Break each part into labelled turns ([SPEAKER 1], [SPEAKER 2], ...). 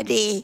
[SPEAKER 1] Eddie.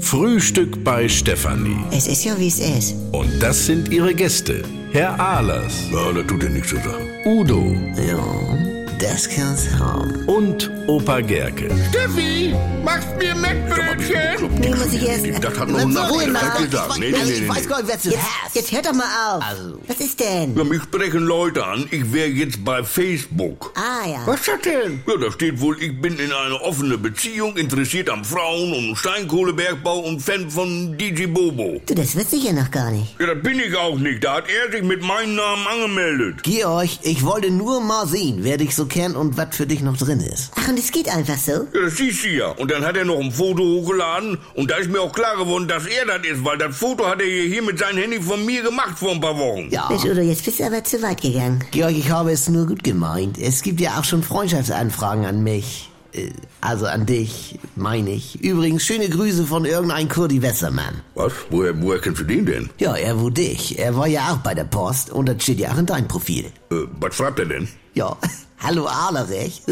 [SPEAKER 2] Frühstück bei Stefanie.
[SPEAKER 1] Es ist ja, wie es ist.
[SPEAKER 2] Und das sind ihre Gäste. Herr Ahlers,
[SPEAKER 3] Ja, da tut dir nichts zu sagen.
[SPEAKER 2] Udo
[SPEAKER 1] Ja, das kann's haben.
[SPEAKER 2] und Opa Gerke.
[SPEAKER 4] Steffi, machst mir Mettbrötchen?
[SPEAKER 1] Nee, muss ich erst.
[SPEAKER 3] Das hat noch
[SPEAKER 1] Was
[SPEAKER 3] ein
[SPEAKER 1] soll denn
[SPEAKER 3] Nachbar
[SPEAKER 1] das?
[SPEAKER 3] gesagt. Nee, nee,
[SPEAKER 5] Also
[SPEAKER 3] nee,
[SPEAKER 5] ich
[SPEAKER 3] nee.
[SPEAKER 5] weiß gar nicht, wer zu
[SPEAKER 1] Jetzt, jetzt hört doch mal auf. Was ist denn?
[SPEAKER 3] Also. Ja, mich sprechen Leute an, ich wäre jetzt bei Facebook.
[SPEAKER 1] Ah ja.
[SPEAKER 4] Was ist das denn?
[SPEAKER 3] Ja, da steht wohl, ich bin in einer offenen Beziehung, interessiert am Frauen und Steinkohlebergbau und Fan von DJ Bobo.
[SPEAKER 1] Du, das wusste ich ja noch gar nicht.
[SPEAKER 3] Ja, das bin ich auch nicht. Da hat er sich mit meinem Namen angemeldet.
[SPEAKER 5] Georg, ich wollte nur mal sehen, wer dich so kennt und was für dich noch drin ist.
[SPEAKER 1] Ach, und es geht einfach so?
[SPEAKER 3] Ja, das siehst du ja. Und dann hat er noch ein Foto hochgeladen und da ist mir auch klar geworden, dass er das ist, weil das Foto hat er hier mit seinem Handy von mir gemacht vor ein paar Wochen.
[SPEAKER 5] Ja.
[SPEAKER 1] Mensch, Udo, jetzt bist du aber zu weit gegangen.
[SPEAKER 5] Georg, ich habe es nur gut gemeint. Es gibt ja auch schon Freundschaftsanfragen an mich. Äh, Also an dich, meine ich. Übrigens, schöne Grüße von irgendein Kurdi Wessermann.
[SPEAKER 3] Was? Woher, woher kennst du den denn?
[SPEAKER 5] Ja, er wo dich. Er war ja auch bei der Post und das steht ja auch in deinem Profil.
[SPEAKER 3] Äh, was schreibt er denn?
[SPEAKER 5] Ja, hallo Alerich.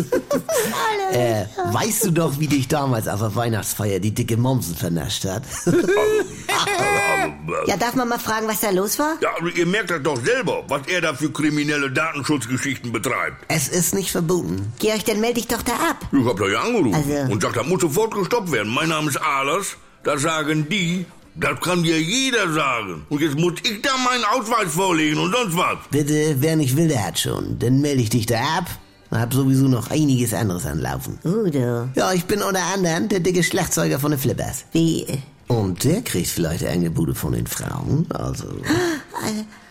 [SPEAKER 5] äh, weißt du doch, wie dich damals auf der Weihnachtsfeier die dicke Momsen vernascht hat?
[SPEAKER 3] Also, äh,
[SPEAKER 1] Ja, darf man mal fragen, was da los war?
[SPEAKER 3] Ja, aber ihr merkt das doch selber, was er da für kriminelle Datenschutzgeschichten betreibt.
[SPEAKER 5] es ist nicht verboten.
[SPEAKER 1] Georg, dann melde dich doch da ab.
[SPEAKER 3] Ich hab da ja angerufen
[SPEAKER 1] Also-
[SPEAKER 3] und sagt, das muss sofort gestoppt werden. Mein Name ist Ahlers, da sagen die, das kann ja jeder sagen. Und jetzt muss ich da meinen Ausweis vorlegen und sonst was.
[SPEAKER 5] Bitte, wer nicht will, der hat schon. Dann melde ich dich da ab. Hab sowieso noch einiges anderes anlaufen.
[SPEAKER 1] Udo,
[SPEAKER 5] Ja, ich bin unter anderem der dicke Schlagzeuger von den Flippers.
[SPEAKER 1] wie. äh,
[SPEAKER 5] Und der kriegt vielleicht eine Bude von den Frauen. Also.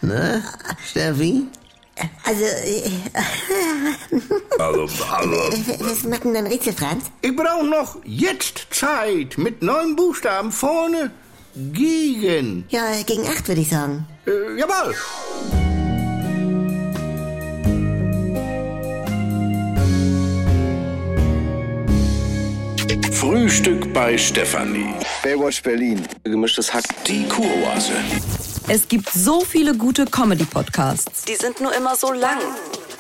[SPEAKER 5] ne? Steffi?
[SPEAKER 1] äh, Also, äh,
[SPEAKER 3] Also, also,
[SPEAKER 1] was macht denn dein Rätsel, Franz?
[SPEAKER 4] Ich brauche noch jetzt Zeit mit neun Buchstaben vorne gegen.
[SPEAKER 1] Ja, gegen acht würde ich sagen.
[SPEAKER 4] Äh, jawohl.
[SPEAKER 2] Frühstück bei Stefanie.
[SPEAKER 6] Baywatch Berlin.
[SPEAKER 7] Gemischtes Hack.
[SPEAKER 2] Die Kuroase.
[SPEAKER 8] Es gibt so viele gute Comedy-Podcasts.
[SPEAKER 9] Die sind nur immer so lang.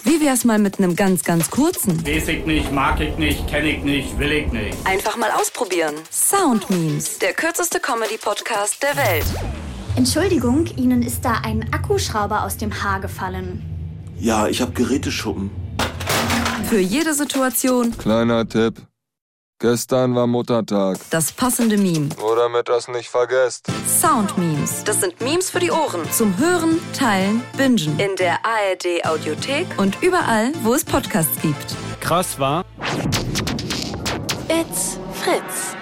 [SPEAKER 8] Wie wär's mal mit einem ganz, ganz kurzen?
[SPEAKER 10] Weiß ich nicht, mag ich nicht, kenne ich nicht, will ich nicht.
[SPEAKER 9] Einfach mal ausprobieren.
[SPEAKER 8] Sound-Memes.
[SPEAKER 9] Der kürzeste Comedy-Podcast der Welt.
[SPEAKER 11] Entschuldigung, Ihnen ist da ein Akkuschrauber aus dem Haar gefallen.
[SPEAKER 7] Ja, ich hab Geräteschuppen.
[SPEAKER 8] Für jede Situation
[SPEAKER 6] Kleiner Tipp. Gestern war Muttertag.
[SPEAKER 8] das passende Meme.
[SPEAKER 6] Nur damit das nicht vergesst.
[SPEAKER 8] Sound-Memes.
[SPEAKER 9] Das sind Memes für die Ohren.
[SPEAKER 8] Zum Hören, Teilen, Bingen.
[SPEAKER 9] In der ARD-Audiothek.
[SPEAKER 8] Und überall, wo es Podcasts gibt.
[SPEAKER 10] Krass war.
[SPEAKER 9] It's Fritz.